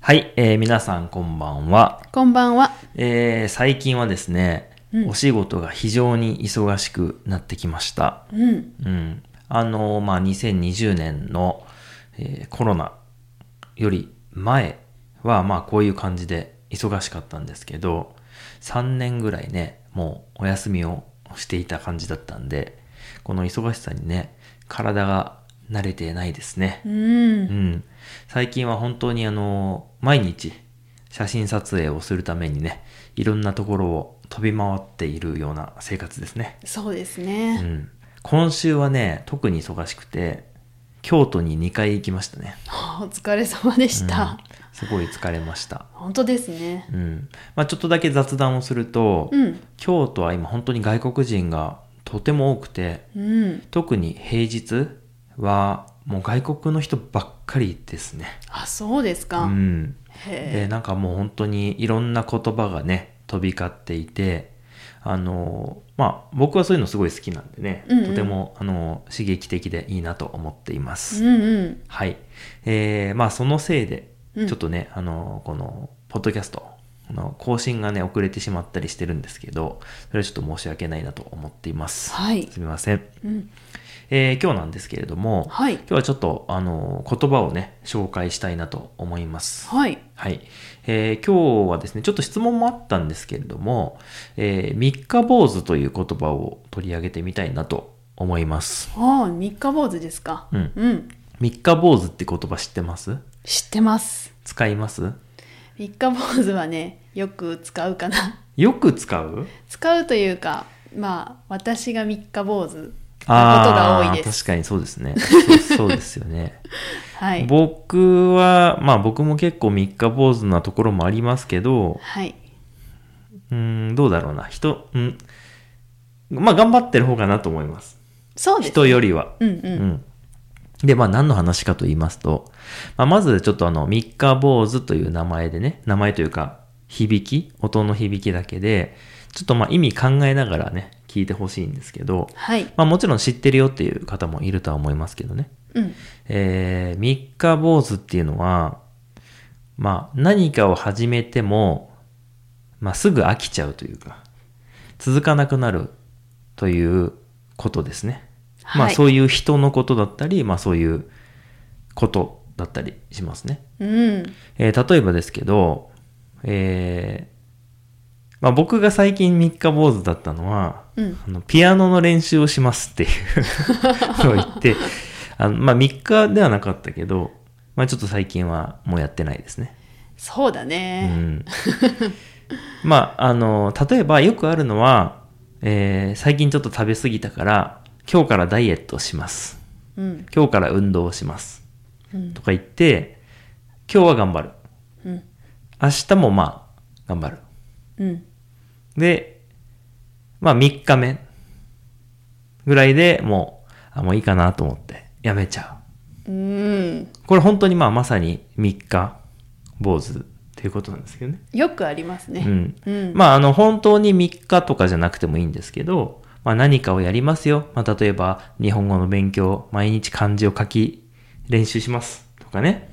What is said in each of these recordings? はい、えー皆さんこんばんは。こんばんは。えー最近はですね、うんお仕事が非常に忙しくなってきました。うん。うん。あのーまあ、2020年の、えーコロナより前は、まあ、こういう感じで忙しかったんですけど、3年ぐらいね、もうお休みをしていた感じだったんで、この忙しさにね、体が慣れてないですね。うんう。ん、最近は本当にあの毎日写真撮影をするためにねいろんなところを飛び回っているような生活ですね、そうですうね。ん、今週はね特に忙しくて京都に2回行きましたね、お疲れ様でうんした。すごい疲れました、本当ですね。うんまあ、ちょっとだけ雑談をすると、うん。京都は今本当に外国人がとても多くてうん。特に平日はもう外国の人ばっかりですねあ、そうですか。うんへえ。でなんかもう本当にいろんな言葉がね飛び交っていてあのまあ僕はそういうのすごい好きなんでね、うんうんとてもあの刺激的でいいなと思っています、うんうん。はいえー、まあそのせいでうんちょっとね、あのこのポッドキャストの更新がね遅れてしまったりしてるんですけどそれはちょっと申し訳ないなと思っています、はい。すみません、うん。えー今日なんですけれども、はい今。日はちょっとあの言葉をね紹介したいなと思いますはい。はい、えー今日はですねちょっと質問もあったんですけれども「えー三日坊主」という言葉を取り上げてみたいなと思います、ああ、三日坊主ですか。うん、うん。三日坊主って言葉知ってます知ってます。使います三日坊主はね、よく使うかな。 よく使う使うというか、まあ、私が三日坊主。あなことが多ーいです確かにそうです ねそうそうですよね、はい。僕はまあ僕も結構三日坊主なところもありますけどはい。うーんどうだろうな人うんまあ頑張ってる方かなと思いますそうです。人よりはうんう。うんん。で、まあ何の話かと言いますと、まあ、まずちょっとあの、三日坊主という名前でね、名前というか、響き、音の響きだけで、ちょっとまあ意味考えながらね、聞いてほしいんですけど、はい。まあもちろん知ってるよっていう方もいるとは思いますけどね。うん。えー、三日坊主っていうのは、まあ何かを始めても、まあすぐ飽きちゃうというか、続かなくなるということですね。まあはいそういう人のことだったり、まあそういうことだったりしますね。うん。えー例えばですけど、えーまあ僕が最近三日坊主だったのは、うん。あのピアノの練習をしますっていうのを言 って、あのまあ3日ではなかったけど、まあちょっと最近はもうやってないですね。そうだうね。ん。まああの、例えばよくあるのは、えー最近ちょっと食べ過ぎたから、今日からダイエットします。うん。今日から運動をします。うんとか言って、今日は頑張る。うん。明日もまあ、頑張る。うん。で、まあ3日目ぐらいでもう、あ、もういいかなと思ってやめちゃうん。う。これ本当にまあまさに3日坊主っていうことなんですけどね。よくありますうね。ん。うん。まああの本当に3日とかじゃなくてもいいんですけど、まあ何かをやりますよ。まあ例えば日本語の勉強、毎日漢字を書き練習しますとかね。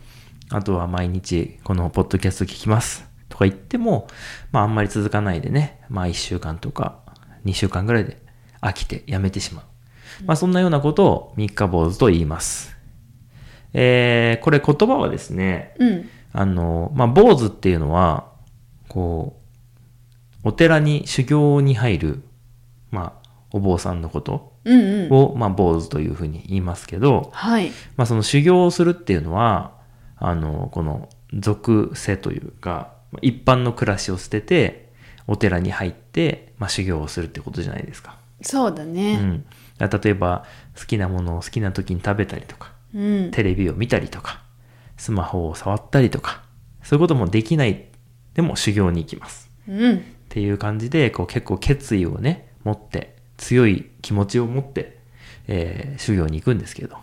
あとは毎日このポッドキャスト聞きますとか言っても、まああんまり続かないでね、まあ1週間とか2週間ぐらいで飽きてやめてしまう。まあそんなようなことを三日坊主と言います。えー、これ言葉はですね、うん。あの、まあ、坊主っていうのは、こう、お寺に修行に入る、まあ、お坊さんのことうんうん。を、まあ、坊主というふうに言いますけど、はい。まあ、その修行をするっていうのは、あの、この俗世というか、まあ一般の暮らしを捨てて、お寺に入って、まあ、修行をするってことじゃないですか。そうだうね。ん。だから例えば、好きなものを好きな時に食べたりとか、うん。テレビを見たりとか、スマホを触ったりとか、そういうこともできない、でも修行に行きます。うん。っていう感じで、こう結構決意をね、持って、強い気持ちを持って、えー修行に行くんですけど、ま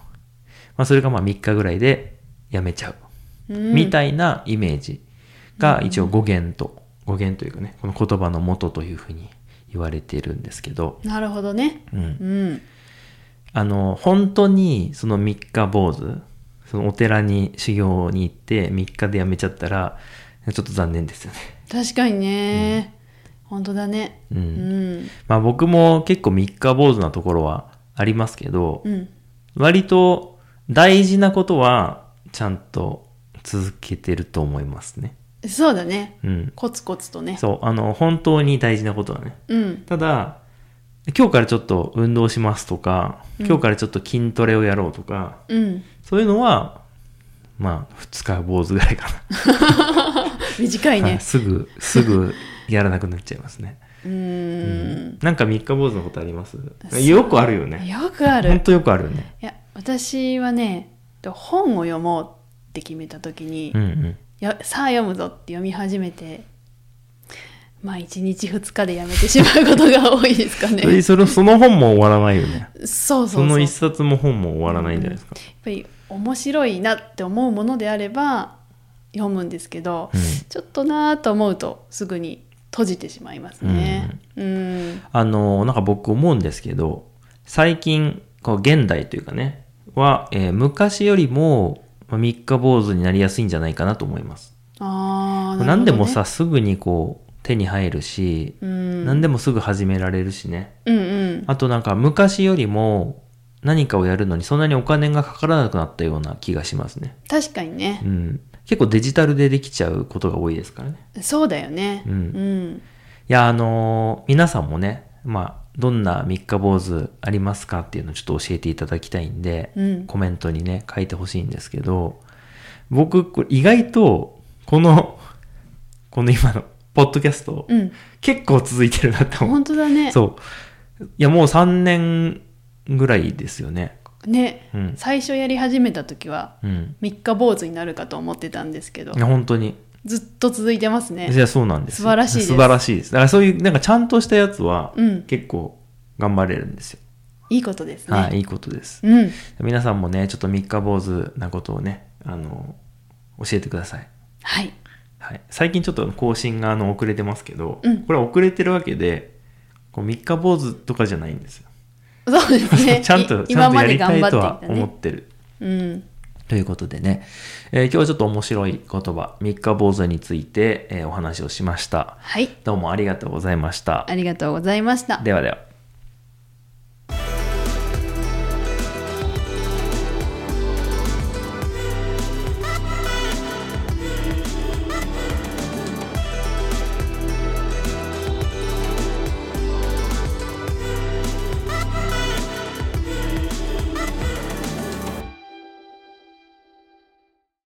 あそれがまあ3日ぐらいでやめちゃう。うん。みたいなイメージが一応語源と、語源というかね、この言葉の元というふうに言われているんですけど、なるほどね。うん。うん。あの、本当にその三日坊主、そのお寺に修行に行って3日で辞めちゃったら、ちょっと残念ですよね。 確かにね、本当だねうんうんまあ僕も結構3日坊主なところはありますけど、うん割と大事なことはちゃんと続けてると思いますね。そうだねうん。コツコツとねそう、あの、本当に大事なことだね。うんただ、今日からちょっと運動しますとか、今日からちょっと筋トレをやろうとか、うんそういうのは、まあ、二日坊主ぐらいかな。短いはねいすぐ、すぐやらなくなっちゃいますね。うーんなんか三日坊主のことありますよくあるよね。よくあほんるとよくあるよね。いや私はねと本を読もうって決めた時に、うんうん。よさあ読むぞって読み始めてまあ1日2日でやめてしまうことが多いですかそれねそれその本も終わらないよね。そうそそうそのう一冊も本も終わらないんじゃないですか。やっぱり面白いなって思うものであれば読むんですけど、うんちょっとなーと思うとすぐに閉じてしまいますね。うん、あの、なんか僕思うんですけど、最近、こう現代というかね、は、えー昔よりもまあ三日坊主になりやすいんじゃないかなと思います。ああ、なるほどね何でもさ、、すぐにこう手に入るし、うん、何でもすぐ始められるしね。うんうん、あとなんか昔よりも何かをやるのにそんなにお金がかからなくなったような気がしますね。確かにねう、ん。結構デジタルでできちゃうことが多いですからね。そうだよね。うんうん、いや、あのー皆さんもね、まあ、どんな三日坊主ありますかっていうのをちょっと教えていただきたいんで、うんコメントにね、書いてほしいんですけど、僕、これ意外と、この、この今の、ポッドキャスト、うん、結構続いてるなって思う本当だね。そう。いや、もう3年ぐらいですよね。ね、うん。最初やり始めた時はうん。三日坊主になるかと思ってたんですけどい、や、本当に。ずっと続いてますねい。や、そうなんですよ。素晴らしいです素晴らしいです。だからそういう、なんかちゃんとしたやつは、うん結構頑張れるんですよ。いいことですね。はい、いいことです。うん、皆さんもね、ちょっと三日坊主なことをね、あの、教えてください。はい、はい。最近ちょっと更新があの遅れてますけど、うんこれは遅れてるわけで、こう三日坊主とかじゃないんですよ。そうですね。 ちゃんと、いちゃんとやりたいと今まはで頑張思ってきたってる。うん。ということでね、えー今日はちょっと面白い言葉、三日坊主について、えーお話をしました。はい。どうもありがとうございました。ありがとうございました。ではでは。